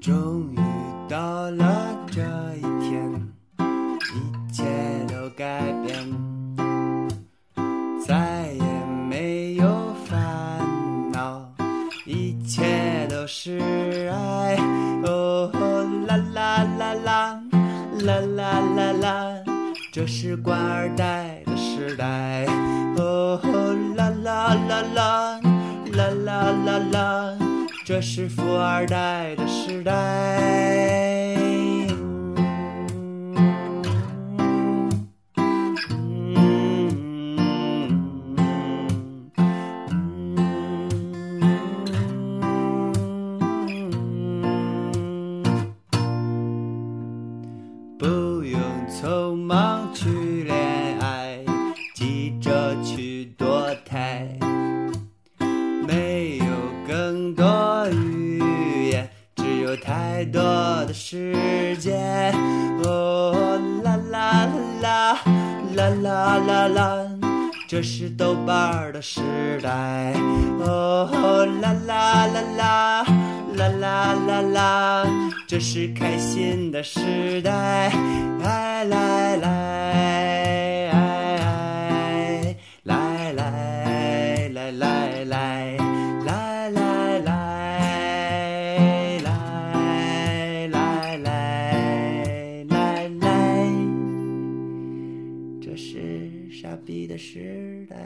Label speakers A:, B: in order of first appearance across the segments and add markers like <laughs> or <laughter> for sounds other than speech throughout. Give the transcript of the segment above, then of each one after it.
A: 终于到了这一天，一切都改变，再也没有烦恼，一切都是爱。哦啦啦啦啦啦啦啦啦，这是官二代的时代。哦啦啦啦啦啦啦啦啦，这是富二代的时代。嗯嗯不用匆忙去恋爱，急着去堕胎，没有更多语言，只有太多的时间。哦啦啦啦啦啦啦啦，这是豆瓣儿的时代。哦啦啦啦啦啦啦啦啦，这是开心的时代。来来来。来来来来来来来来来来来来来来，这是傻逼的时代。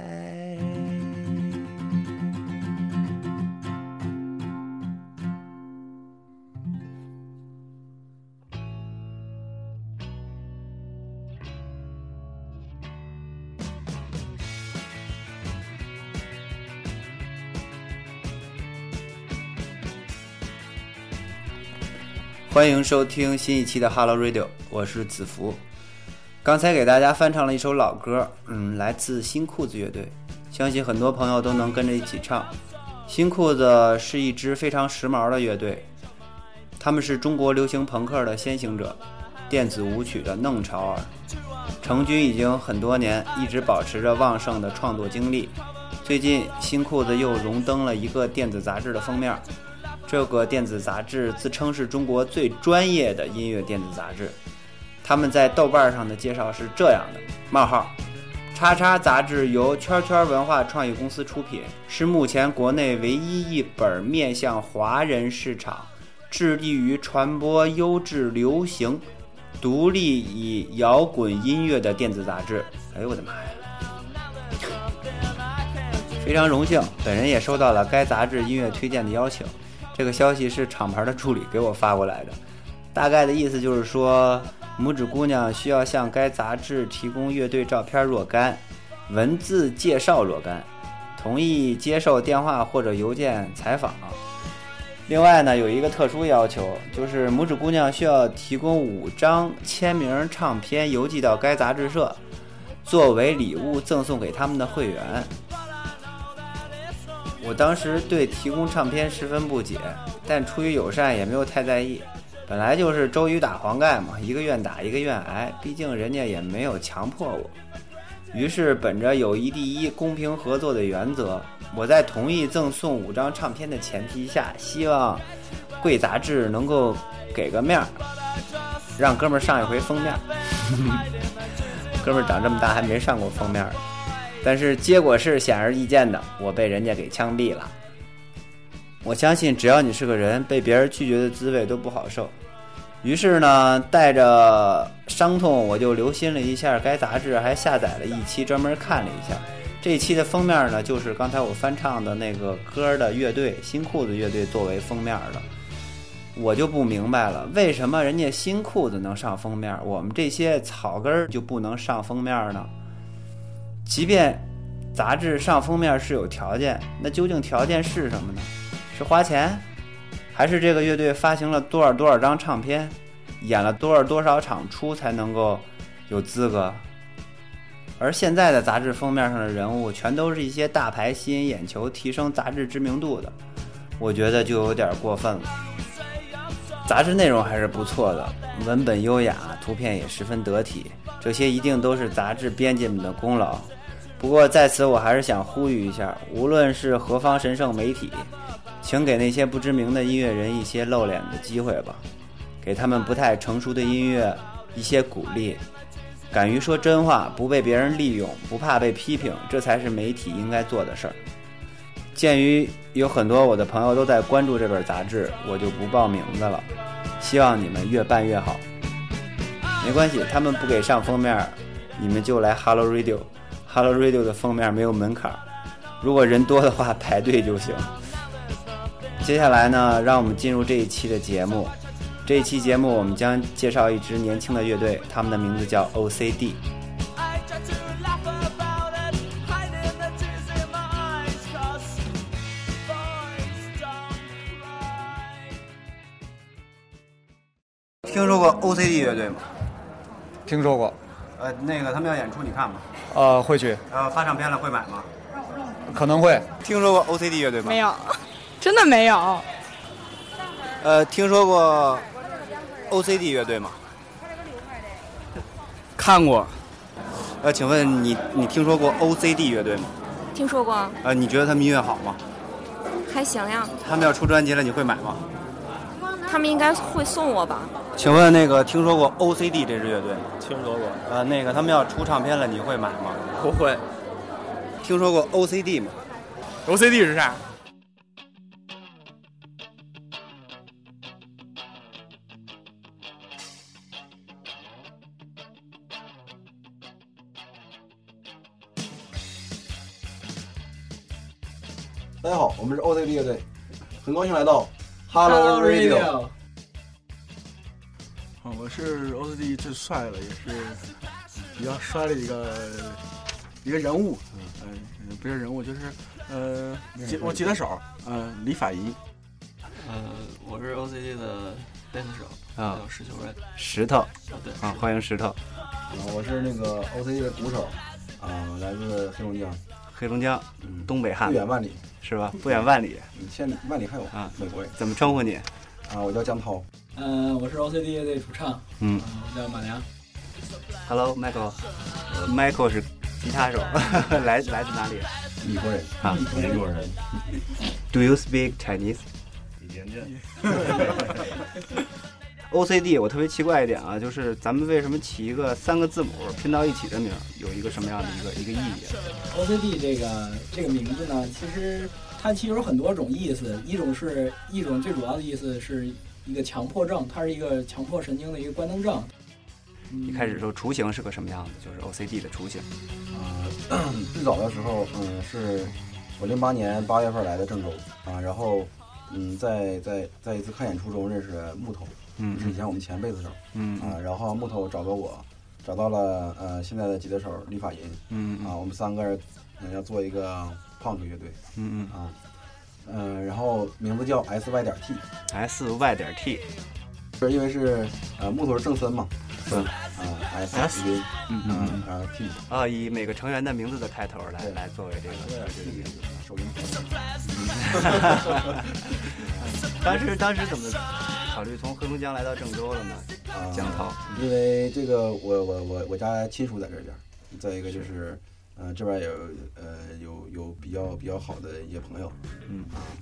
A: 欢迎收听新一期的 Hello Radio，我是子福。刚才给大家翻唱了一首老歌，嗯，来自新裤子乐队，相信很多朋友都能跟着一起唱。新裤子是一支非常时髦的乐队，他们是中国流行朋克的先行者，电子舞曲的弄潮儿。成军已经很多年，一直保持着旺盛的创作精力。最近，新裤子又荣登了一个电子杂志的封面，这个电子杂志自称是中国最专业的音乐电子杂志。他们在豆瓣上的介绍是这样的：冒号，叉叉杂志由圈圈文化创意公司出品，是目前国内唯一一本面向华人市场，致力于传播优质流行、独立以摇滚音乐的电子杂志。哎呦我的妈呀！非常荣幸，本人也收到了该杂志音乐推荐的邀请。这个消息是厂牌的助理给我发过来的，大概的意思就是说，拇指姑娘需要向该杂志提供乐队照片若干，文字介绍若干，同意接受电话或者邮件采访。另外呢，有一个特殊要求，就是拇指姑娘需要提供五张签名唱片邮寄到该杂志社，作为礼物赠送给他们的会员。我当时对提供唱片十分不解，但出于友善也没有太在意。本来就是周瑜打黄盖嘛，一个愿打一个愿挨，毕竟人家也没有强迫我。于是本着友谊第一、公平合作的原则，我在同意赠送五张唱片的前提下，希望贵杂志能够给个面儿，让哥们儿上一回封面儿。哥们儿 <laughs> 长这么大还没上过封面儿呢。但是结果是显而易见的，我被人家给枪毙了。我相信，只要你是个人，被别人拒绝的滋味都不好受。于是呢，带着伤痛，我就留心了一下该杂志，还下载了一期专门看了一下。这一期的封面呢，就是刚才我翻唱的那个歌的乐队新裤子乐队作为封面的。我就不明白了，为什么人家新裤子能上封面，我们这些草根儿就不能上封面呢？即便杂志上封面是有条件，那究竟条件是什么呢？是花钱，还是这个乐队发行了多少多少张唱片，演了多少多少场出才能够有资格？而现在的杂志封面上的人物，全都是一些大牌吸引眼球、提升杂志知名度的，我觉得就有点过分了。杂志内容还是不错的，文本优雅，图片也十分得体，这些一定都是杂志编辑们的功劳。不过在此，我还是想呼吁一下，无论是何方神圣媒体，请给那些不知名的音乐人一些露脸的机会吧，给他们不太成熟的音乐一些鼓励，敢于说真话，不被别人利用，不怕被批评，这才是媒体应该做的事儿。鉴于有很多我的朋友都在关注这本杂志，我就不报名字了。希望你们越办越好。没关系，他们不给上封面，你们就来 Hello Radio。Hello Radio 的封面没有门槛，如果人多的话排队就行。接下来呢，让我们进入这一期的节目。这一期节目我们将介绍一支年轻的乐队，他们的名字叫 OCD。听说过 OCD 乐队吗？
B: 听说过，
A: 呃，那个他们要演出，你看吗？
B: 呃，会去，
A: 呃，发唱片了会买吗？
B: 可能会，
A: 听说过 OCD 乐队吗？
C: 没有， <laughs> 真的没有，
A: 呃，听说过 OCD 乐队吗？
D: 看过，
A: 呃，请问你你听说过 OCD 乐队吗？
E: 听说过，
A: 呃，你觉得他们音乐好吗？
E: 还行呀。
A: 他们要出专辑了，你会买吗？
E: 他们应该会送我吧？
A: 请问那个听说过 OCD 这支乐队吗？
D: 听说过，
A: 呃，那个他们要出唱片了，你会买吗？
D: 不会。
A: 听说过 OCD 吗？
D: OCD 是啥？
F: 大家好，我们是 OCD 乐队，很高兴来到 Hello Radio。
G: 啊，我是 OCD 最帅的，也是比较帅的一个一个人物，嗯、呃，不是人物，就是呃，吉我吉他手，呃，李法银，
H: 呃，我是 OCD 的贝斯手，
A: 啊
H: 叫石秋瑞。
A: 石头
H: 啊，对，
A: 啊，欢迎石头，
F: 啊，我是那个 OCD 的鼓手，啊，来自黑龙江，
A: 黑龙江
F: 嗯，
A: 东北汉
F: 不
A: 子
F: 远万里，
A: 是吧？不远万里，
F: 嗯千里万里还有
A: 啊
F: 美国人
A: 怎么称呼你？
F: 啊，我叫江涛。
I: 嗯，我是 OCD 乐队主唱，
A: 嗯
I: 呃我叫马良，
A: Hello，Michael。呃 Michael 是吉他手， <laughs> 来来自哪里
F: 美国人，
A: 啊
F: 美国人，
A: ？Do you speak Chinese？OCD，我特别奇怪一点啊，就是咱们为什么起一个三个字母拼到一起的名儿，有一个什么样的一个一个意义？啊
I: OCD 这个这个名字呢，其实它其实有很多种意思，一种是一种最主要的意思是一个强迫症，它是一个强迫神经的一个官能症。
A: 一
I: 嗯一
A: 开始说雏形是个什么样子，就是 OCD 的雏形。
F: 啊， <clears throat> 最早的时候，嗯，是我零八年八月份来的郑州啊，然后，嗯，在在在一次看演出中认识了木头，就是以前我们前辈子手
A: 嗯
F: 啊，然后木头找到我，找到了呃现在的吉他手李法银
A: 嗯
F: 啊，我们三个人嗯要做一个胖 u 乐队
A: 嗯嗯
F: 啊，嗯、然后名字叫 S Y 点 T，
A: ，S Y 点 T，
F: 是因为是呃木头是正森嘛，森啊 S Y
A: 嗯
F: 嗯 L T
A: 啊，以每个成员的名字的开头来
F: 对
A: 来作为这个作为这个名
F: <laughs>
A: 字。
F: 手音。
A: 当时当时怎么考虑从黑龙江来到郑州了呢？
F: 啊
A: 江涛，
F: 因为这个我我我我家亲属在这边儿，再一个就是，呃，这边儿有呃有有比较比较好的一些朋友，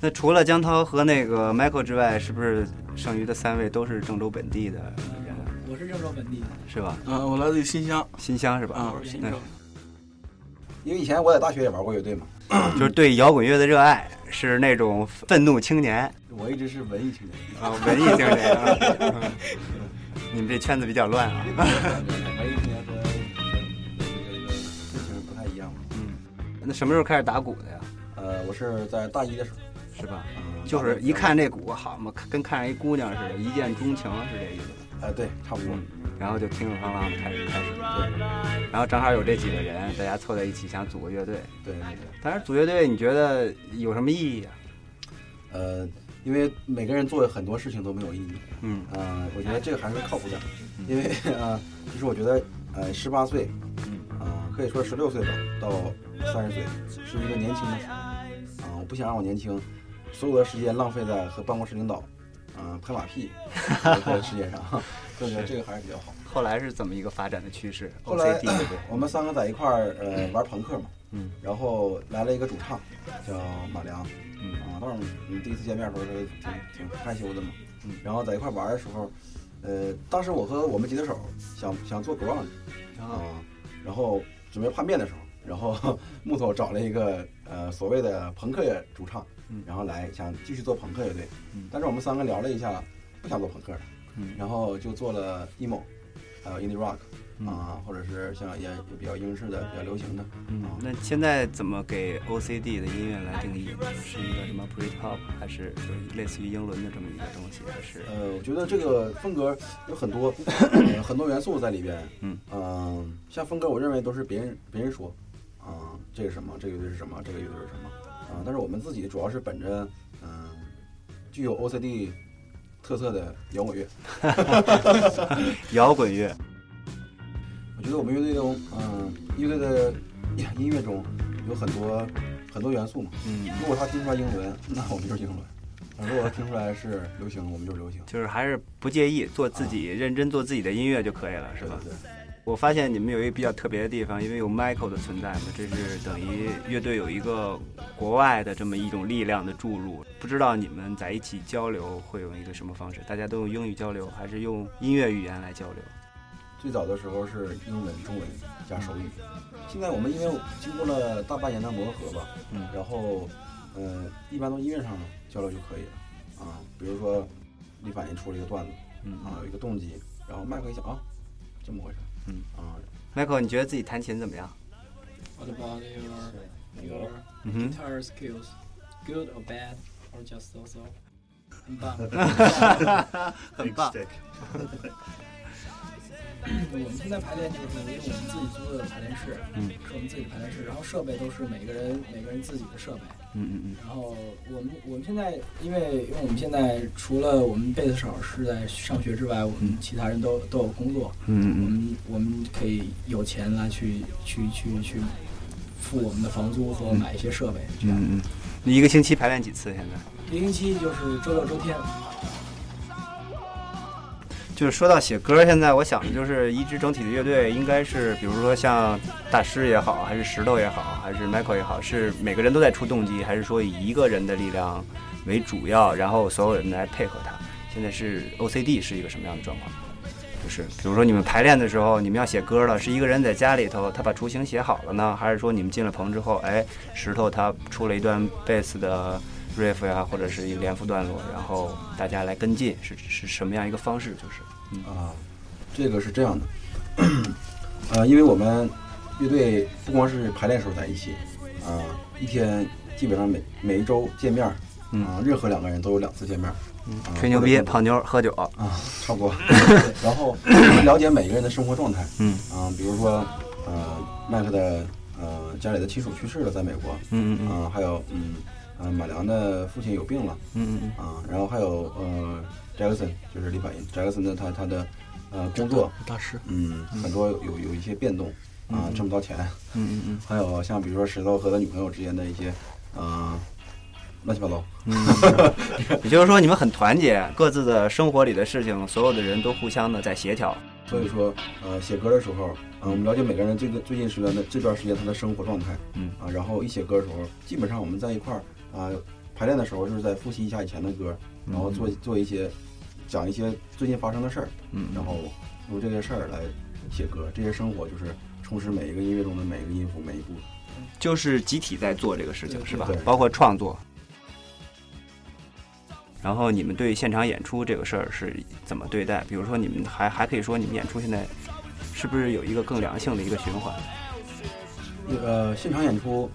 A: 那除了江涛和那个 Michael 之外，是不是剩余的三位都是郑州本地的人，
I: 我是郑州本地的，
A: 是吧？
G: 呃，我来自于新乡，
A: 新乡是嗯吧
G: 啊？
H: 我是新
A: 那
H: 生，
F: 因为以前我在大学也玩过乐队嘛，
A: 就是对摇滚乐的热爱是那种愤怒青年
F: 我一直是文艺青年，
A: 啊，文艺青年啊。嗯你们这圈子比较乱啊。
F: 文艺青年和这个事情不太一样嘛。
A: 那什么时候开始打鼓的呀？
F: 呃，我是在大一的时候，
A: 是吧？
F: 嗯
A: 就是一，看这鼓好嘛，跟看上一姑娘似的，一见钟情是这意思。
F: 呃，对，差不多，
A: 然后就乒乒乓乓的开始开始，对。然后正好有这几个人，大家凑在一起想组个乐队。
F: 对对对，
A: 当时组乐队，你觉得有什么意义啊？
F: 呃，因为每个人做很多事情都没有意义，
A: 嗯
F: 呃，我觉得这个还是靠谱点儿，因为呃，就是我觉得呃，十八岁，啊、可以说十六岁吧，到三十岁是一个年轻的时候，啊、我不想让我年轻，所有的时间浪费在和办公室领导，嗯、拍马屁的时间上， <laughs> 所以我觉得这个还是比较好。
A: 后来是怎么一个发展的趋势
F: 后来
A: ？OCD 乐队，
F: 我们三个在一块儿呃玩朋克嘛，
A: 嗯，
F: 然后来了一个主唱叫马良，
D: 嗯
F: 啊，当时我们第一次见面的时候，他挺挺害羞的嘛。嗯，然后在一块玩的时候，呃，当时我和我们吉他手想想做 ground 啊，然后准备叛变的时候，然 <laughs> 后木头找了一个呃所谓的朋克主唱，然后来想继续做朋克乐队，但是我们三个聊了一下，不想做朋克了，
A: 嗯
F: 然后就做了 emo，还有 indie rock 啊，或者是像也也比较英式的、比较流行的啊。
A: 哦那现在怎么给 OCD 的音乐来定义？是一个什么 Britpop，还是就是类似于英伦的这么一个东西？还是
F: 呃，我觉得这个风格有很多、呃很多元素在里边。
A: 嗯
F: 呃像风格，我认为都是别人别人说，啊、这个什么，这个乐队是什么，这个乐队是什么啊、但是我们自己主要是本着嗯、具有 OCD 特色的摇滚乐。
A: 摇滚乐？
F: 我觉得我们乐队中，嗯、乐队的音乐中有很多很多元素嘛。
A: 嗯，
F: 如果他听出来英文，那我们就是英文；啊如果他听出来是流行，我们就是流行，
A: 就是还是不介意做自己，认真做自己的音乐就可以了，是
F: 对
A: 吧？
F: 对对。
A: 我发现你们有一个比较特别的地方，因为有 Michael 的存在嘛，这是等于乐队有一个国外的这么一种力量的注入。不知道你们在一起交流会用一个什么方式？大家都用英语交流，还是用音乐语言来交流？
F: 最早的时候是英文、中文加手语，现在我们因为经过了大半年的磨合吧，
A: 嗯
F: 然后，呃，一般从音乐上交流就可以了，啊，比如说李反应出了一个段子，
A: 嗯
F: 啊，有一个动机，然后麦克一想啊，这么回事，
A: 嗯，
F: 啊，
A: ，Michael，你觉得自己弹琴怎么样？
I: What about your your
A: 嗯哼，
I: guitar skills? Good or bad or just so so? 很
A: <laughs>
I: 棒。
A: 很棒。
I: 我们现在排练就是因为我们自己租的排练室，
A: 嗯
I: 是我们自己的排练室，然后设备都是每个人每个人自己的设备。
A: 嗯嗯嗯，
I: 然后我们我们现在，因为因为我们现在除了我们贝斯手是在上学之外，我们其他人都都有工作，
A: 嗯嗯
I: 我们我们可以有钱来去去去去付我们的房租和买一些设备，这样。
A: 嗯嗯，你一个星期排练几次？现在？
I: 零一七就是周六周天，
A: 就是说到写歌，现在我想的就是一支整体的乐队应该是，比如说像大师也好，还是石头也好，还是 Michael 也好，是每个人都在出动机，还是说以一个人的力量为主要，然后所有人来配合他？现在是 OCD 是一个什么样的状况？就是比如说你们排练的时候，你们要写歌了，是一个人在家里头，他把雏形写好了呢，还是说你们进了棚之后，哎，石头他出了一段贝斯的 riff 呀、或者是一个连复段落，然后大家来跟进，是是什么样一个方式？就是。
F: 啊，这个是这样的， <clears throat> 呃，因为我们乐队不光是排练时候在一起，啊、一天基本上每每一周见面，啊、
A: 嗯
F: 任何两个人都有两次见面，啊
A: 吹牛逼、
F: 或者
A: 泡妞、喝酒，
F: 啊，差
A: <laughs>
F: 不多。然后我们了解每一个人的生活状态，
A: 嗯
F: 啊，比如说呃，麦克的呃家里的亲属去世了，在美国，
A: 嗯嗯
F: 啊，还有嗯呃马良的父亲有病了，
A: 嗯嗯
F: 啊，然后还有呃 Jackson 就是李百英 Jackson 的他他的呃工作，
G: 大师，
F: 嗯，很多有有一些变动啊，挣不到钱，
A: 嗯嗯
F: 还有像比如说石头和他女朋友之间的一些呃乱七八糟，
A: 嗯， <laughs> 也就是说你们很团结，各自的生活里的事情，所有的人都互相的在协调。
F: 所以说，呃，写歌的时候，呃，我们了解每个人最近最近时间的这段时间他的生活状态，
A: 嗯
F: 啊，然后一写歌的时候，基本上我们在一块儿啊、排练的时候就是在复习一下以前的歌，然后做做一些讲一些最近发生的事儿，
A: 嗯
F: 然后用这些事儿来写歌，这些生活就是充实每一个音乐中的每一个音符每一步。
A: 就是集体在做这个事情，
I: 对
A: 是吧
F: 对？
A: 包括创作。然后你们对现场演出这个事儿是怎么对待？比如说你们还还可以说你们演出现在是不是有一个更良性的一个循环？
F: 呃，现场演出，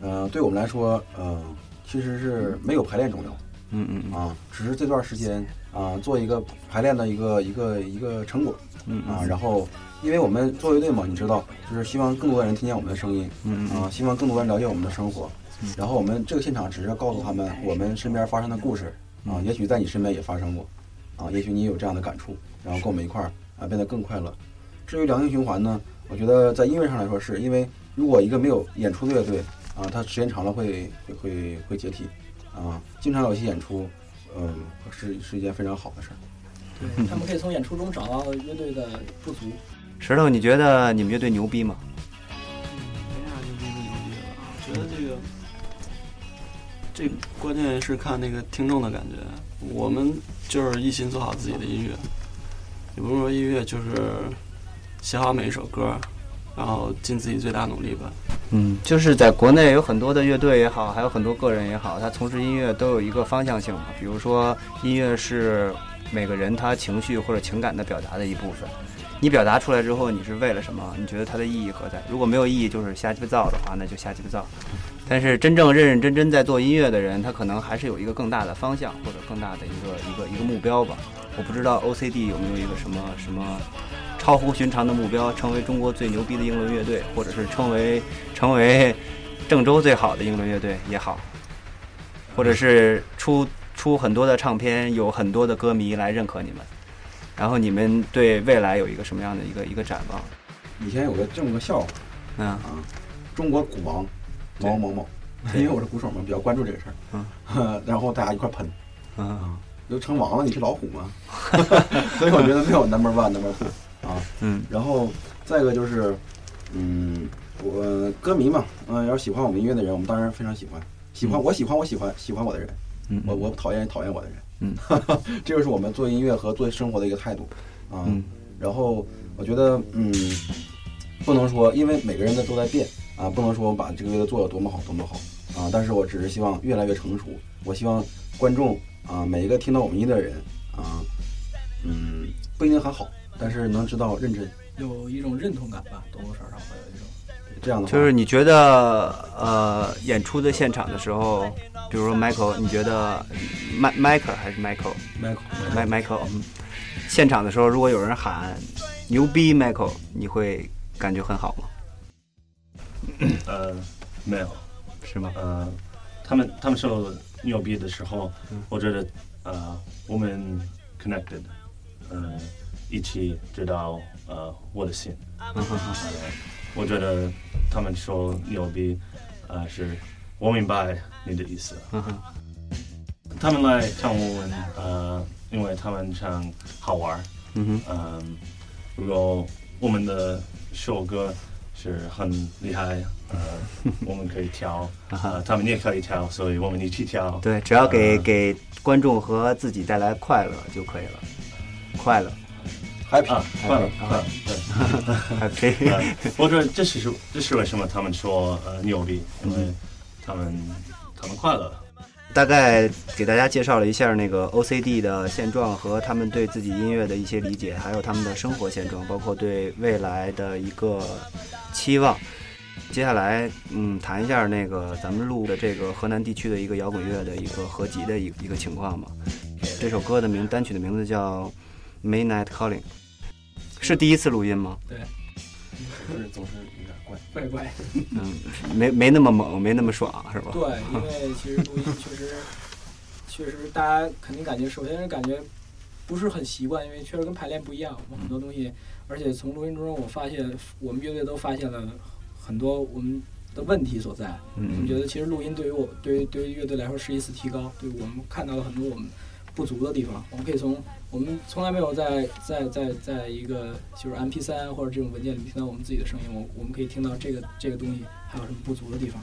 F: 呃，对我们来说，呃，其实是没有排练重要。
A: 嗯嗯嗯
F: 啊，只是这段时间啊做一个排练的一个一个一个成果
A: 嗯
F: 啊，然后因为我们做乐队嘛，你知道，就是希望更多的人听见我们的声音
A: 嗯嗯
F: 啊，希望更多人了解我们的生活，然后我们这个现场只是要告诉他们我们身边发生的故事啊，
A: 嗯
F: 也许在你身边也发生过啊，也许你也有这样的感触，然后跟我们一块儿啊变得更快乐。至于良性循环呢，我觉得在音乐上来说是，因为如果一个没有演出的乐队啊，它时间长了会会会会解体啊，经常有一些演出，嗯，是是一件非常好的事儿。
A: <laughs>
I: 对他们可以从演出中找到乐队的不足。
A: 石头，你觉得你们乐队牛逼吗？
H: 没啥牛逼不牛逼的，我觉得这个这关键是看那个听众的感觉。我们就是一心做好自己的音乐，也不是说音乐，就是写好每一首歌，然后尽自己最大努力吧。
A: 嗯，就是在国内有很多的乐队也好，还有很多个人也好，他从事音乐都有一个方向性嘛。比如说，音乐是每个人他情绪或者情感的表达的一部分。你表达出来之后，你是为了什么？你觉得它的意义何在？如果没有意义，就是瞎鸡巴造的话，那就瞎鸡巴造。但是真正认认真真在做音乐的人，他可能还是有一个更大的方向或者更大的一个一个一个目标吧。我不知道 OCD 有没有一个什么什么超乎寻常的目标，成为中国最牛逼的英伦乐队，或者是成为成为郑州最好的英伦乐队也好，或者是出出很多的唱片，有很多的歌迷来认可你们，然后你们对未来有一个什么样的一个一个展望？
F: 以前有个这么个笑话，
A: 嗯
F: 中国鼓王毛某某，因为我是鼓手嘛，比较关注这个事儿， <laughs> 然后大家一块喷，
A: 嗯
F: 都成王了，你是老虎吗？ <laughs> 所以我觉得没有 number one number two 啊。
A: 嗯
F: 然后再一个就是，嗯，我歌迷嘛，嗯、要是喜欢我们音乐的人，我们当然非常喜欢，喜欢我喜欢我喜欢喜欢我的人，
A: 嗯，
F: 我我讨厌讨厌我的人，
A: 嗯，
F: <laughs> 这就是我们做音乐和做生活的一个态度啊。
A: 嗯
F: 然后我觉得，嗯，不能说因为每个人的都在变啊，不能说把这个乐队做得多么好多么好啊，但是我只是希望越来越成熟，我希望观众啊，每一个听到我们音乐的人啊，嗯，不一定很好，但是能知道认真，
I: 有一种认同感吧，多多少少会有一种。
F: 对这样的话
A: 就是你觉得呃演出的现场的时候，比如说 Michael，你觉得迈 Michael 还是 Michael？
F: Michael
A: 迈 Michael，嗯现场的时候如果有人喊牛逼 Michael，你会感觉很好吗？
J: 呃，没有，
A: 是吗？
J: 呃，他们他们说牛逼的时候，
A: 嗯
J: 我觉得呃，我们 connected，呃，一起知道呃我的心，
A: 嗯
J: 呃，我觉得他们说牛逼，呃，是我明白你的意思。
A: 嗯哼
J: 他们来唱我们，呃，因为他们唱好玩儿，
A: 嗯哼
J: 嗯，如果我们的首歌是很厉害，
A: <laughs>
J: 呃，我们可以跳，呃，他们也可以跳，所以我们一起跳。
A: 对，只要给
J: 呃
A: 给观众和自己带来快乐就可以了，快乐
F: happy
J: 啊，快乐，
A: 啊
J: 快乐，对。
A: ，happy，
J: 呃我觉得这是这是为什么他们说呃牛逼，因为他们他们快乐。
A: <laughs> 大概给大家介绍了一下那个 OCD 的现状和他们对自己音乐的一些理解，还有他们的生活现状，包括对未来的一个期望。接下来，嗯，谈一下那个咱们录的这个河南地区的一个摇滚乐的一个合集的一一个情况吧。这首歌的名单曲的名字叫《Midnight Calling》，是第一次录音吗？
F: 就是总是有点怪。
I: 怪怪。
A: 嗯，没没那么猛，没那么爽，是吧？
I: 对，因为其实录音确实，确实大家肯定感觉，首先是感觉不是很习惯，因为确实跟排练不一样，我们很多东西，而且从录音中我发现，我们乐队都发现了很多我们的问题所在。我们觉
A: 嗯，
I: 得其实录音对于我对于对于乐队来说是一次提高，对我们看到了很多我们不足的地方，我们可以从我们从来没有在在在在一个就是 MP 3或者这种文件里面听到我们自己的声音，我我们可以听到这个这个东西还有什么不足的地方。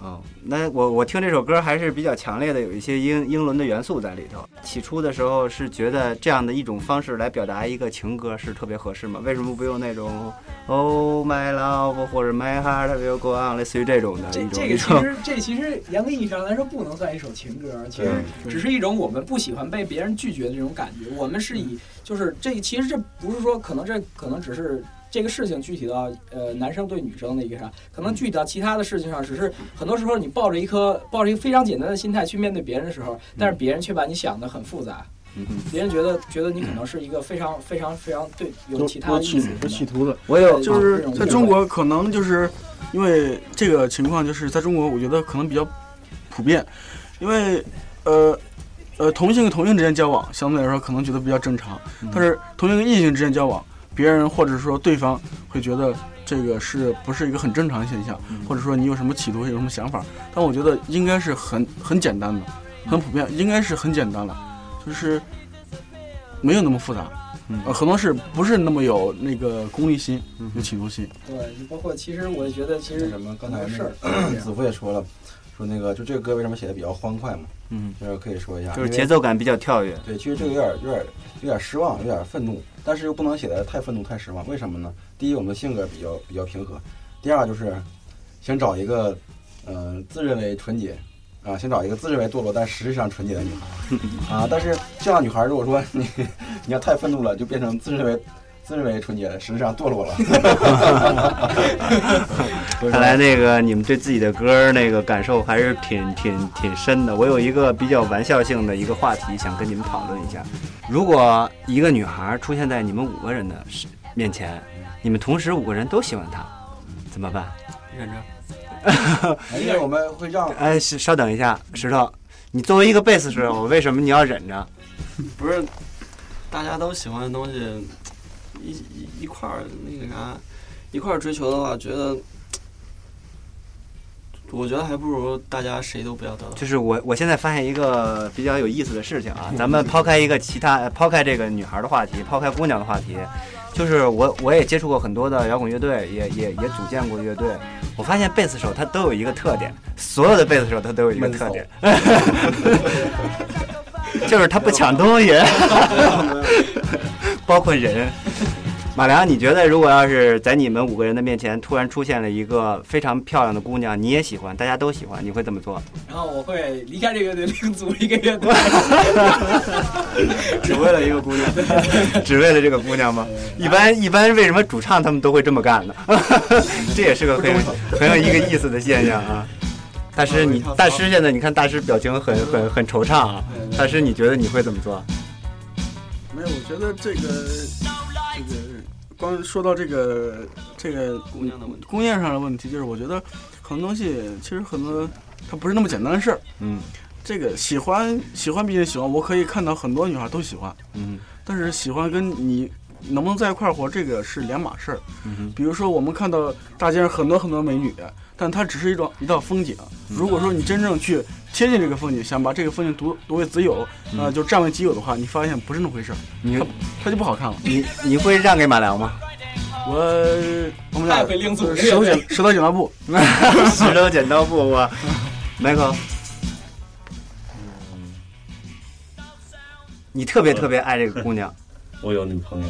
A: 哦，那我我听这首歌还是比较强烈的，有一些英英伦的元素在里头。起初的时候是觉得这样的一种方式来表达一个情歌是特别合适吗？为什么不用那种 Oh my love 或者 My heart will go on 类似于这种的
I: 这
A: 一种
I: 这
A: 一
I: 个其
A: 种？
I: 实这其实严格意义上来说不能算一首情歌，其实
G: 对
I: 只是一种我们不喜欢被别人拒绝的这种感觉。我们是以
A: 嗯
I: 就是这其实这不是说可能这可能只是。这个事情具体到呃男生对女生的一个啥，可能具体到其他的事情上，只是很多时候你抱着一颗抱着一个非常简单的心态去面对别人的时候，但是别人却把你想的很复杂，
A: 嗯嗯
I: 别人觉得觉得你可能是一个非常非常非常对有其他的意思
G: 不是企图的，
A: <laughs> 我有
G: 就是在中
I: 国
G: 国可能就是因为这个情况，就是在中国我觉得可能比较普遍，因为呃呃同性跟同性之间交往相对来说可能觉得比较正常，但是同性跟异性之间交往，别人或者说对方会觉得这个是不是一个很正常的现象，或者说你有什么企图有什么想法，但我觉得应该是很很简单的，很普遍，应该是很简单的，就是没有那么复杂。
A: 嗯
G: 呃，可能是不是那么有那个功利心
A: 嗯，
G: 有企图心？
I: 对，包括其实我觉得其实
F: 那什么，刚才
I: 很
F: 那
I: 多事
F: 个 <clears throat>
I: 儿都是这样
F: 子夫也说了，说那个就这个歌为什么写的比较欢快嘛，
K: 嗯，
F: 就是可以
A: 啊
F: 说一下，
K: 就是
F: 因为
K: 节奏感比较跳跃。
F: 对，其实这个有点、有点、有点失望，有点愤怒，但是又不能写的太愤怒、太失望。为什么呢？第一，我们的性格比较比较平和；第二，就是想找一个，呃，自认为纯洁，啊、想找一个自认为堕落但实际上纯洁的女孩，啊、但是这样女孩，如果说你你要太愤怒了，就变成自认为自认为纯洁了，实际上堕落了。所以说
A: 看来那个你们对自己的歌儿那个感受还是挺挺挺深的。我有一个比较玩笑性的一个话题想跟你们讨论一下：如果一个女孩出现在你们五个人的视面前，你们同时五个人都喜欢她，怎么办？
L: 忍着。
F: 啊因为我们会让
A: 哎，是稍等一下，石头，你作为一个贝斯手，为什么你要忍着？
L: 不是，大家都喜欢的东西，一一一块儿那个啥，一块儿追求的话，觉得，我觉得还不如大家谁都不要得到。
A: 就是我，我现在发现一个比较有意思的事情啊，咱们抛开一个其他，呃抛开这个女孩的话题，抛开姑娘的话题，就是我我也接触过很多的摇滚乐队，也也也组建过乐队，我发现贝斯手他都有一个特点，所有的贝斯手他都有一个特点， <laughs> 就是他不抢东西， <laughs> 包括人。马良，你觉得如果要是在你们五个人的面前突然出现了一个非常漂亮的姑娘，你也喜欢，大家都喜欢，你会怎么做？
I: 然后我会离开这个乐队，另组一个乐队。
A: <laughs> 只为了一个姑娘，只为了这个姑娘吗？一般一般，为什么主唱他们都会这么干呢？ <laughs> 这也是个很有很有一个意思的现象啊。大师，你大师现在你看大师表情很很很惆怅啊。大师，你觉得你会怎么做？
G: 没有，我觉得这个这个光说到这个这个
L: 姑娘的问题，
G: 工业上的问题，就是我觉得很多东西其实很多它不是那么简单的事儿。
A: 嗯
G: 这个喜欢喜欢毕竟喜欢，我可以看到很多女孩都喜欢，
A: 嗯
G: 但是喜欢跟你能不能在一块儿活，这个是两码事儿。
A: 嗯
G: 比如说，我们看到大街上很多很多美女，但它只是一种一道风景。如果说你真正去贴近这个风景，想把这个风景独独为己有，
A: 嗯
G: 呃，就占为己有的话，你发现不是那么回事儿，
A: 你
G: 它就不好看了。
A: 你你会让给马良吗？
G: 我我们俩
I: <laughs> 太会另组
G: 石头剪
I: <laughs>
G: 石头剪刀布，
A: 石头剪刀布我，Michael，你特别特别爱这个姑娘。
J: 我有女朋友，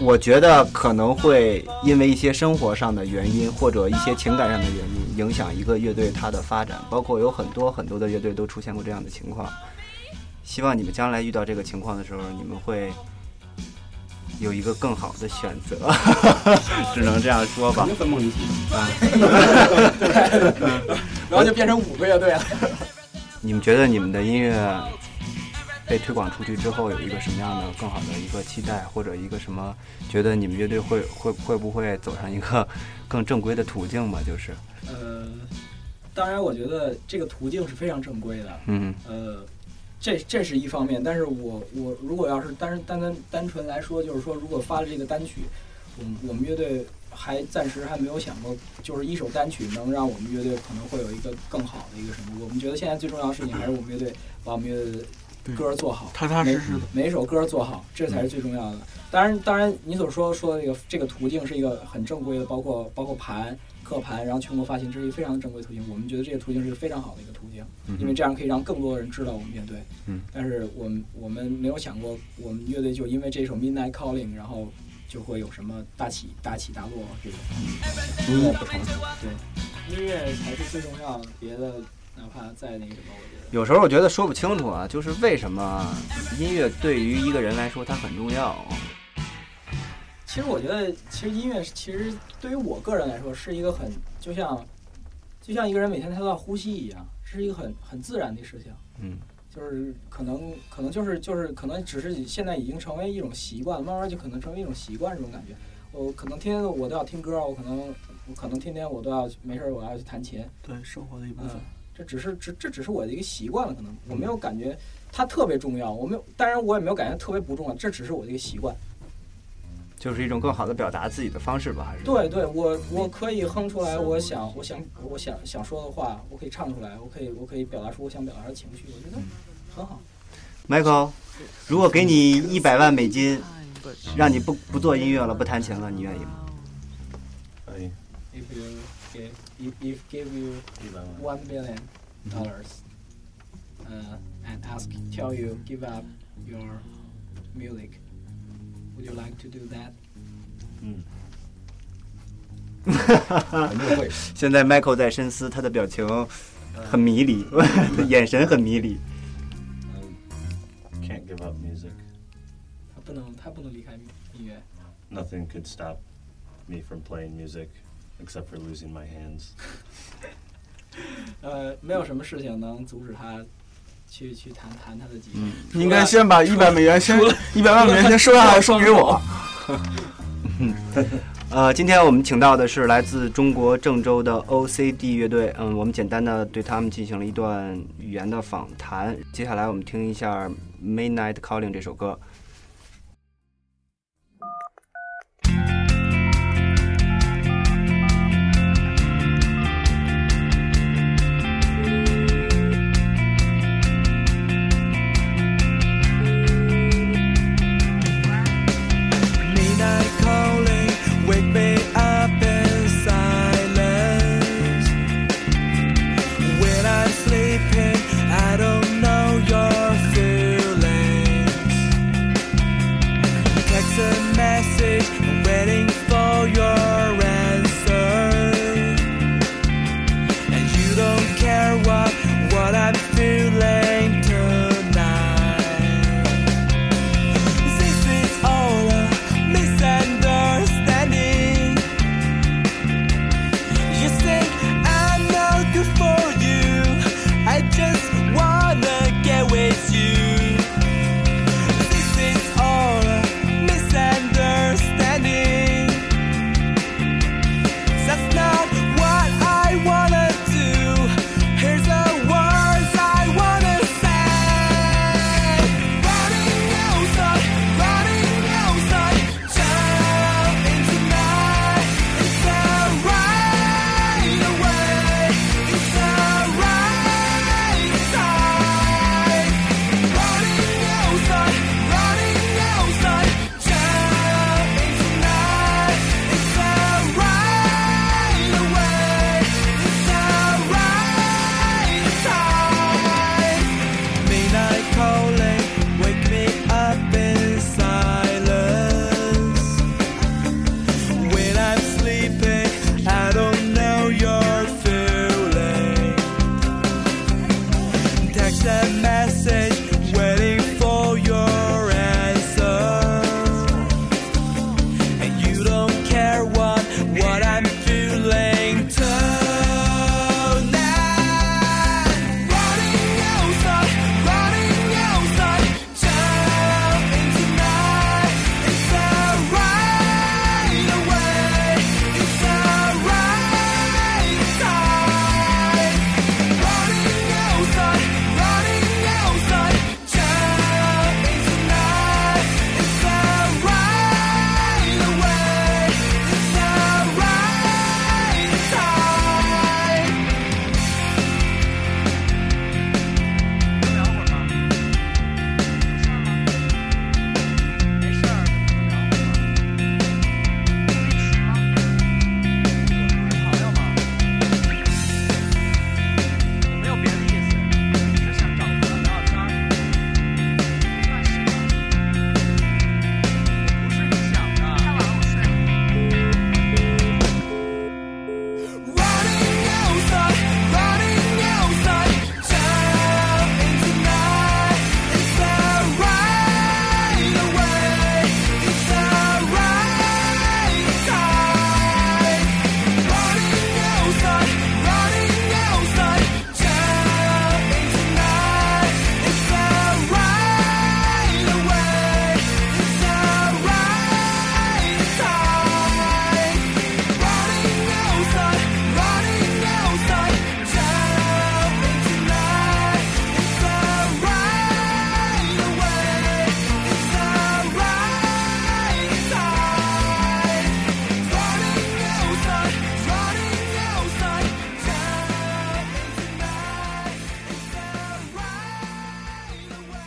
A: 我觉得可能会因为一些生活上的原因，或者一些情感上的原因，影响一个乐队它的发展。包括有很多很多的乐队都出现过这样的情况。希望你们将来遇到这个情况的时候，你们会有一个更好的选择，只能这样说吧。
F: 分崩离析。
I: 然后就变成五个乐队了。
A: 你们觉得你们的音乐被推广出去之后，有一个什么样的更好的一个期待，或者一个什么？觉得你们乐队会会会不会走上一个 <laughs> 更正规的途径嘛？就是，
I: 呃，当然，我觉得这个途径是非常正规的。
A: 嗯
I: 呃，这这是一方面，但是我我如果要是单单单单纯来说，就是说，如果发了这个单曲，我们我们乐队还暂时还没有想过，就是一首单曲能让我们乐队可能会有一个更好的一个什么。我们觉得现在最重要的事情还是我们乐队把我们乐队的歌儿做好，
G: 踏踏实实的。
I: 每一首歌做好，这才是最重要的。当然，当然，你所说说的这个这个途径是一个很正规的，包括包括盘、刻盘，然后全国发行，这是一个非常正规的途径。我们觉得这个途径是一个非常好的一个途径，因为这样可以让更多的人知道我们乐队。
A: 嗯，
I: 但是我们我们没有想过，我们乐队就因为这首《Midnight Calling》，然后就会有什么大起大起大落这种。
A: 嗯
I: 嗯，不成。对，音乐才是最重要的，别的哪怕再那个什么，我觉得。
A: 有时候我觉得说不清楚啊，就是为什么音乐对于一个人来说它很重要。
I: 其实我觉得，其实音乐其实对于我个人来说是一个很就像就像一个人每天他都要呼吸一样，是一个很很自然的事情。
A: 嗯，
I: 就是可能可能就是就是可能只是现在已经成为一种习惯，慢慢就可能成为一种习惯这种感觉。我可能天天我都要听歌，我可能我可能天天我都要没事儿我要去弹琴，
L: 对生活的一部分
I: 嗯。，这只是只这只是我的一个习惯了，可能我没有感觉它特别重要，我没有，当然我也没有感觉特别不重要，这只是我的一个习惯。
A: 就是一种更好的表达自己的方式吧，还是
I: 对对，我我可以哼出来，我想我想我想想说的话，我可以唱出来，我可以我可以表达出我想表达的情绪，我觉得很好。
A: Michael，如果给你一百万美金，让你不不做音乐了，不弹琴了，你愿意吗？
J: 哎，
I: give if, if give you
J: 嗯
I: one billion dollars uh, and ask tell you give up your music, would you like to do that?
J: 嗯，
A: <laughs>
M: 现在 Michael 在深思，他的表情很迷
A: <laughs>
M: 离，眼神很迷离。
J: Can't give up music.
I: 他不能他不能离开音乐。
J: Nothing could stop me from playing music except for losing my hands.
I: 呃，没有什么事情能阻止他去去弹弹他的吉他。
G: 你应该先把一百美元先 <laughs> 一百万美元先收下来，送给我。
M: 呃，今天我们请到的是来自中国郑州的 OCD 乐队，嗯，我们简单的对他们进行了一段语言的访谈。接下来我们听一下《Midnight Calling》这首歌。
N: Midnight calling, wake me up in silence. When I'm sleeping, I don't know your feelings. Text a message, I'm waiting for your answer. And you don't care what what I'm feeling tonight. This is all a misunderstanding. You think I'm not good for you. I just wanna get with you. This is all a misunderstanding. That's not what I wanna do. Here's the words I wanna say. Running outside, running outside, jump into night. It's a right away, it's a right time. Running outside, running outside, jump into night. It's a right away, it's a right time. Midnight calling, wake me up in silence. When I'm sleeping, I don't know your feeling. Text a message, waiting for your answer. And you don't care what, what I'm feeling tonight. Running outside, running outside, jump into night. It's a right away, it's a right time. Running outside, running outside, jump into night. It's a right away, it's a right time. Running outside, running outside, jump into night. It's a right away, it's a right time. Running outside, running outside, jump into night. It's a right away, it's a right time. Running outside, running outside, jump into night. It's a right away, it's a right time. Running outside, running outside, jump into night. It's a right.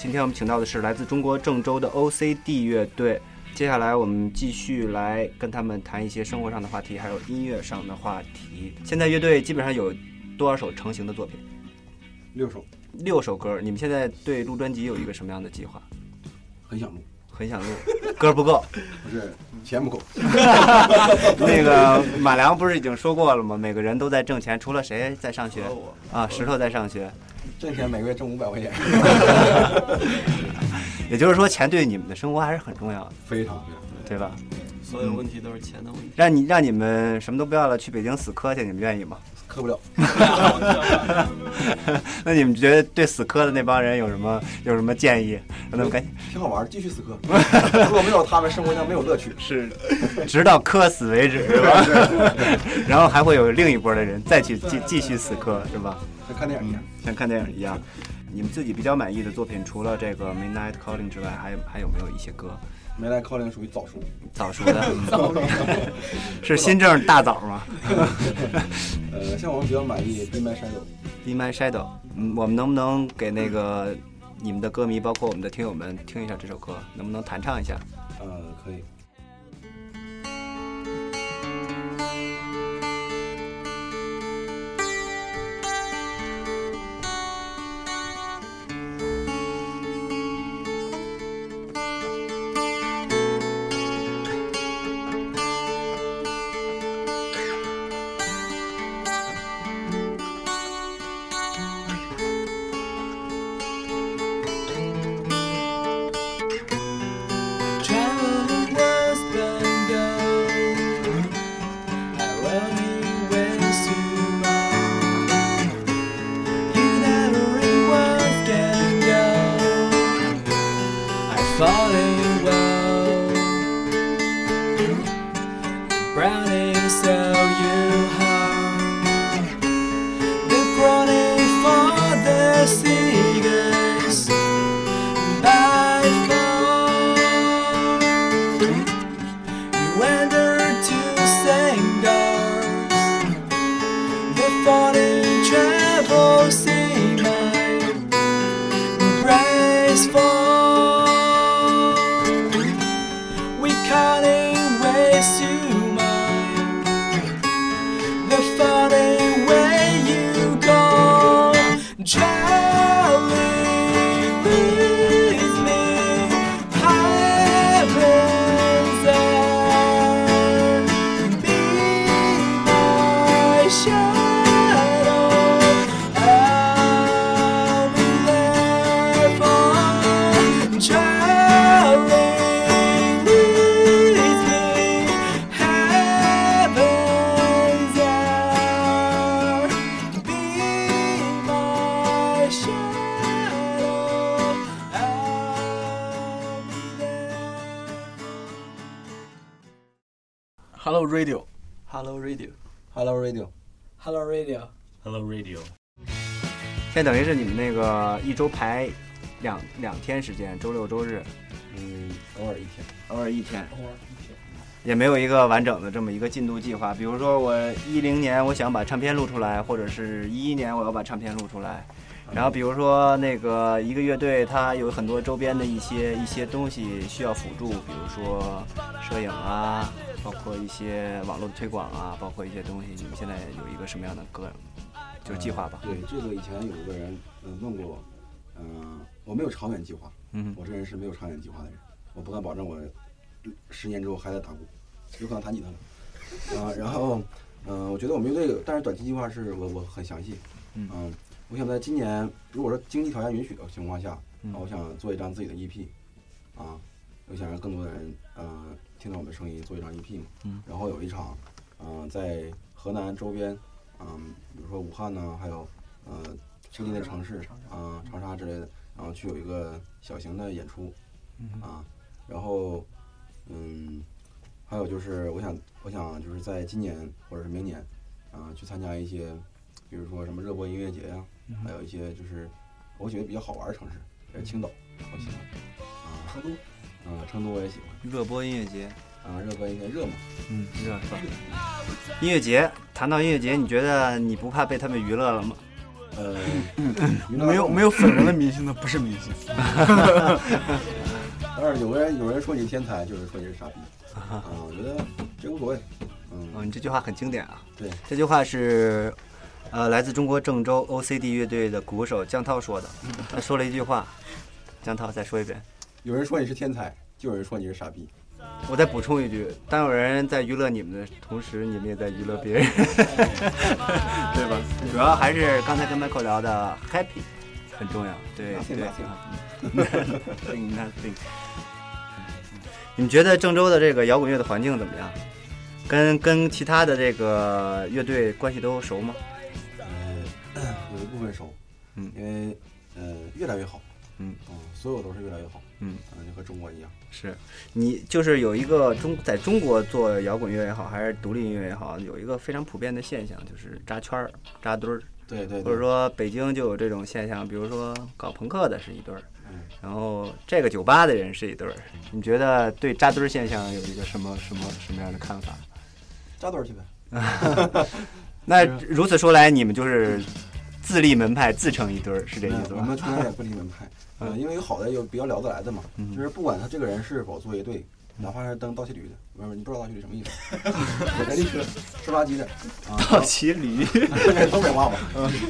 M: 今天我们请到的是来自中国郑州的 OCD 乐队。
A: 接下来我们继续来跟他们谈一些生活上的话题，还有音乐上的话题。现在乐队基本上有多少首成型的作品？
F: 六首。
A: 六首歌，你们现在对录专辑有一个什么样的计划？
F: 很想录，
A: 很想录，歌不够，
F: 不是钱不够。
A: <laughs> 那个马良不是已经说过了吗？每个人都在挣钱，除了谁在上学？啊，石头在
O: <laughs>
A: 上学。
F: 挣钱每个月挣五百块钱， <laughs>
A: 也就是说，钱对你们的生活还是很重要的，
F: 非常非
A: 常，对吧？嗯
O: 所有问题都是钱的问题。
A: 让你让你们什么都不要了，去北京死磕去，你们愿
O: <laughs>
A: 意吗？
F: 磕不了。
A: 那你们觉得对死磕的那帮人有什么有什么建议？让他们赶紧
F: 挺好玩儿，继续死磕。如果没有他们，生活将没有乐趣。
A: 是，直到磕死为止，是吧？
O: <laughs>
A: 然后还会有另一波的人再去继继续死磕，是吧？
F: 像看电影一样，
A: 像看电影一样。你们自己比较满意的作品，除了这个《Midnight Calling》之外，还有还有没有一些歌？
F: 没来 calling 属于早熟，
A: 早熟的 <laughs> 是新政大枣吗？
F: 呃，像我比较满意《Be My Shadow》，
A: Be My Shadow，嗯，我们能不能给那个你们的歌迷，包括我们的听友们听一下这首歌，能不能弹唱一下？
F: 呃，可以。
I: Traveling was long ago. Our only ways to roam. You never was can go. I follow well. Brownies so you home. The crowning for the seagulls. By phone. You entered to Sangars. The foreign travel see my price fall. We cutting ways to mine. The foreign way you go. Traveling with me, heaven's end. I
N: Hello Radio，Hello
F: Radio，Hello
N: Radio，Hello
P: Radio。
Q: Hello Radio，
A: 现在等于是你们那个一周排两两天时间，周六周日，
F: 嗯，偶尔一天，
A: 偶尔一天，偶尔一天，也没有一个完整的这么一个进度计划。比如说我一零年我想把唱片录出来，或者是一一年我要把唱片录出来。然后比如说那个一个乐队，它有很多周边的一些一些东西需要辅助，比如说摄影啊，包括一些网络的推广啊，包括一些东西。你们现在有一个什么样的个就是计划吧？
F: 呃对，这个以前有一个人呃问过我，嗯、我没有长远计划，
A: 嗯
F: 我这人是没有长远计划的人，我不敢保证我十年之后还在打鼓，有可能弹吉他了，啊、然后嗯、呃我觉得我们乐队有，但是短期计划是我我很详细，啊
A: 嗯、
F: 我想在今年如果说经济条件允许的情况下，
A: 嗯
F: 啊，我想做一张自己的 EP，啊，我想让更多的人呃听到我们的声音，做一张 EP 嘛，
A: 嗯
F: 然后有一场，嗯、在河南周边，嗯、比如说武汉呐、还有呃附近的城市啊、长沙之类的，然后去有一个小型的演出，
A: 嗯
F: 啊，然后嗯，还有就是我想我想就是在今年或者是明年，啊、去参加一些，比如说什么热播音乐节呀、
A: 嗯
F: 还有一些就是我觉得比较好玩的城市，比如青岛，我喜欢，啊，
P: 成都，
F: 啊，成都我也喜欢，
A: 热播音乐节，
F: 啊，热播音乐节热嘛，
A: 嗯，热是吧？音乐节，谈到音乐节，你觉得你不怕被他们娱乐了吗？
F: 呃，
N: 没有没有粉红的明星，那不是明星。
F: 但是有人有人说你天才，就是说你是傻逼。啊，我觉得这无所谓。
A: 嗯，你这句话很经典啊。
F: 对，
A: 这句话是，呃，来自中国郑州 OCD 乐队的鼓手江涛说的。他说了一句话，江涛再说一遍。
F: 有人说你是天才，就有人说你是傻逼。
A: 我再补充一句：当有人在娱乐你们的同时，你们也在娱乐别人， <laughs> 对吧？主要还是刚才跟 Michael 聊的 happy 很重要。对
F: Nothing,
A: 对
F: nothing.
A: 啊，nothing <laughs> nothing。你们觉得郑州的这个摇滚乐的环境怎么样？跟跟其他的这个乐队关系都熟吗？
F: 呃 <clears throat> 有一部分熟，
A: 嗯，
F: 因为呃越来越好，
A: 嗯
F: 所有都是越来越好，
A: 嗯，
F: 嗯，就和中国一样，
A: 是你就是有一个中在中国做摇滚乐也好，还是独立音乐也好，有一个非常普遍的现象，就是扎圈儿、扎堆儿。
F: 对对对
A: 或者说北京就有这种现象，比如说搞朋克的是一对儿，然后这个酒吧的人是一对儿。你觉得对扎堆儿现象有一个什么什么什么样的看法？
F: 扎堆儿去呗。
A: 那如此说来，你们就是自立门派，自成一对儿，是这意思吧？
F: 嗯
A: 嗯
F: 我们从来也不立门派，呃，因为有好的有比较聊得来的嘛，就是不管他这个人是否做乐队，哪怕是当倒骑驴的，不是你不知道倒骑驴什么意思？ <laughs>
A: <laughs>
F: 人力车，十八级的，啊
A: 倒骑驴
F: <laughs> 东北话吧，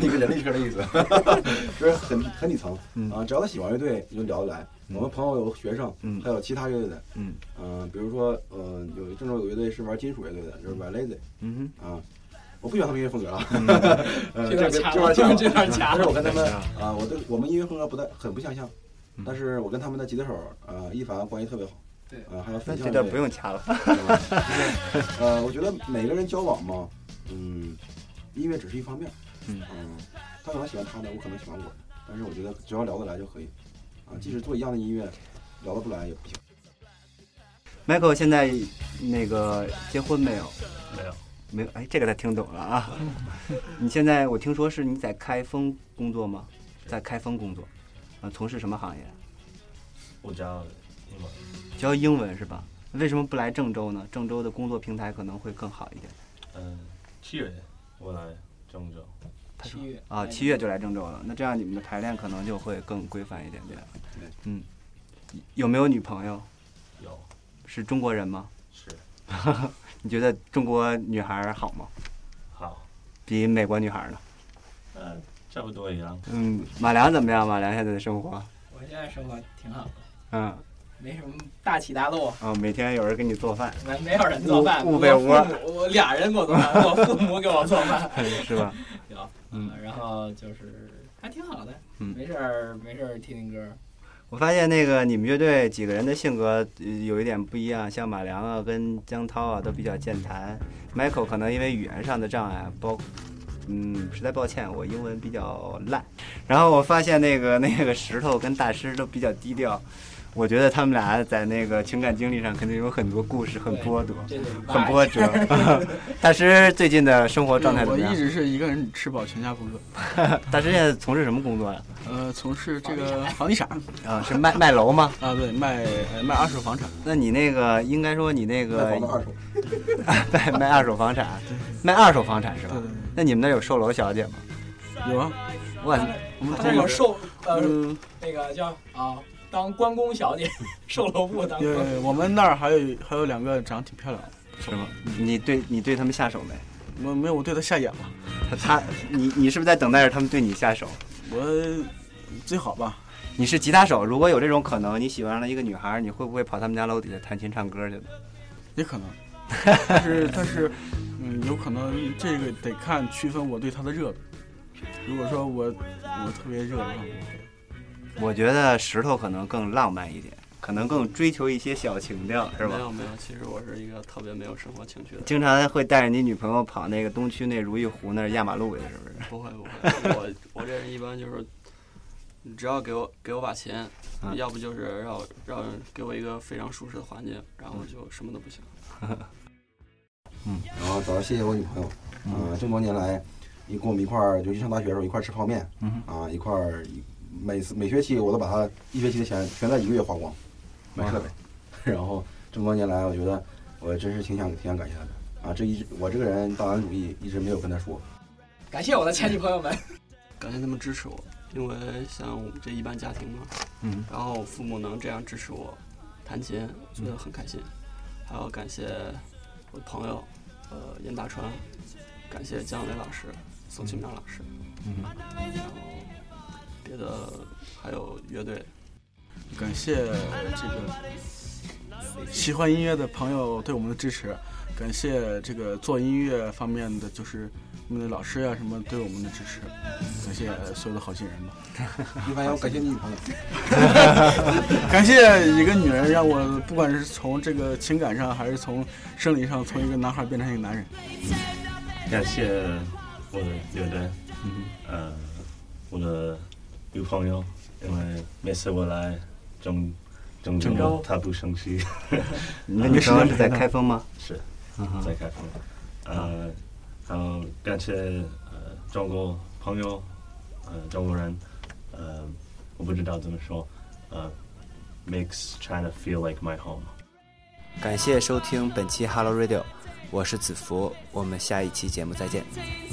F: 一个人力车的意思， <laughs> 就是很很底层啊。只要他喜欢乐队，你就聊得来。我们朋友有学生，还有其他乐队的，
A: 嗯
F: 嗯，比如说，嗯，有郑州有乐队是玩金属乐队的，就是玩 Lazy，
A: 嗯
F: 啊，我不喜欢他们音乐风格啊， <laughs> 呃，这
I: 这段
F: 个
I: 掐
F: 段
I: 了
F: 掐了，
I: 这段掐
F: 但
I: 了
F: 是我跟他们啊，我对我们音乐风格不太很不相像，但是我跟他们的吉他手呃一凡关系特别好，
I: 对，
F: 呃，还有
A: 那
F: 粉
A: 这
F: 象
A: 段
F: 乐队
A: 不用掐了。
F: 就是 <laughs> 呃，我觉得每个人交往嘛，嗯，音乐只是一方面，
A: 嗯
F: 他可能喜欢他的，我可能喜欢我的，但是我觉得只要聊得来就可以，啊，即使做一样的音乐，聊得不来也不行。
A: Michael 现在那个结婚没有？
J: 没有，
A: 没有。哎，这个他听懂了啊！ <laughs> 你现在我听说是你在开封工作吗？在开封工作，啊，从事什么行业？
J: 我教英文，
A: 教英文是吧？为什么不来郑州呢？郑州的工作平台可能会更好一点
J: 嗯，七月我来郑州，
I: 七月
A: 啊。七月就来郑州了，那这样你们的排练可能就会更规范一点点。
F: 对，
A: 嗯，有没有女朋友？
J: 有，
A: 是中国人吗？
J: 是
A: <laughs> 你觉得中国女孩儿好吗？
J: 好，
A: 比美国女孩儿呢？
J: 嗯，差不多一样。
A: 嗯，马良怎么样？马良现在的生活，
I: 我现在生活挺好的，
A: 嗯，
I: 没什么大起大落，
A: 啊，每天有人给你做饭， <laughs>
I: 没没有人做饭，
A: 捂捂被窝，
I: 我父母，我俩人给我做饭，我父母给我做饭
A: 是吧？
I: 有，
A: 嗯
I: 嗯，然后就是还挺好的，
A: 嗯
I: 没事儿没事儿听听歌，
A: 我发现那个你们乐队几个人的性格呃有一点不一样，像马良啊跟江涛啊都比较健谈，Michael 可能因为语言上的障碍，包，嗯，实在抱歉，我英文比较烂。然后我发现那个那个石头跟大师都比较低调，我觉得他们俩在那个情感经历上肯定有很多故事，很波折，很波折。 <laughs> 大师最近的生活状态怎
G: 我
A: 么样
G: 一？直是一个人吃饱全家不饿。
A: 大师现在从事什么工作呀、
G: 呃，从事这个房地产
A: 啊，是卖卖楼吗？
G: 啊，对，卖呃卖二手房产。
A: 那你那个应该说你那个
G: 卖房子二
F: 手，
A: <laughs> 卖卖二手房产，卖二手房产是吧？那你们那有售楼小姐吗？
G: 有啊，
A: 我
I: 他那有售呃
G: 嗯
I: 那个叫啊当关公小姐， <laughs> 售楼部
G: <laughs>
I: 当
G: 有
I: 关
G: 有有，我们那儿还有还有两个长得挺漂亮的。
A: 是吗？你对你对他们下手没？ <laughs>
G: 我没有，我对她下眼了。
A: 他你你是不是在等待着他们对你下手？
G: 我最好吧。
A: 你是吉他手，如果有这种可能，你喜欢上了一个女孩，你会不会跑他们家楼底下弹琴唱歌去？
G: 也可能，但是但是，嗯，有可能这个得看区分我对她的热度。如果说我我特别热的话，
A: 我觉得石头可能更浪漫一点，可能更追求一些小情调，是吧？
R: 没有没有，其实我是一个特别没有生活情趣的人。
A: 经常会带着你女朋友跑那个东区那如意湖那儿压马路去，是不是？
R: 不会不会，我 <laughs> 我这人一般就是，你只要给我给我把钱，
A: 嗯
R: 要不就是让我让给我一个非常舒适的环境，然
I: 嗯
R: 后就什么都不想。
A: <laughs>
F: 然后主要谢谢我女朋友，
A: 嗯
F: 啊，这么多年来，你跟我们一块儿，尤其上大学的时候一块儿吃泡面，啊，一块儿每次每学期我都把她一学期的钱全在一个月花光，买设备， <laughs> 然后这么多年来，我觉得我真是挺想挺想感谢她的，啊，这一直我这个人大男子主义一直没有跟她说，
I: 感谢我的前女朋友们，
R: <laughs> 感谢他们支持我，因为像我们这一般家庭嘛，
A: 嗯，
R: 然后父母能这样支持我，
I: 弹琴，觉得很开心。还要感谢我的朋友，呃，严大川，感谢姜磊老师、宋庆明老师，
S: 嗯
I: 然后别的还有乐队，
G: 感谢这个喜欢音乐的朋友对我们的支持，感谢这个做音乐方面的就是我们的老师呀、啊什么对我们的支持，感谢所有的好心人吧。
F: 一般要感谢你女朋友
G: <laughs> 感谢一个女人让我不管是从这个情感上还是从生理上，从一个男孩变成一个男人。
J: 感谢我的乐队，
T: 嗯
J: 呃，我的女朋友，因为每次我来郑郑
T: 郑州
J: 州，她不生气。 <laughs>
T: 你的女朋友是在开封吗
J: 是
T: 嗯哼，
J: 在开封。呃，然后感谢呃中国朋友，呃中国人，呃，我不知道怎么说，呃，makes China feel like my home。
A: 感谢收听本期 Hello Radio，我是子福，我们下一期节目再见。
S: Take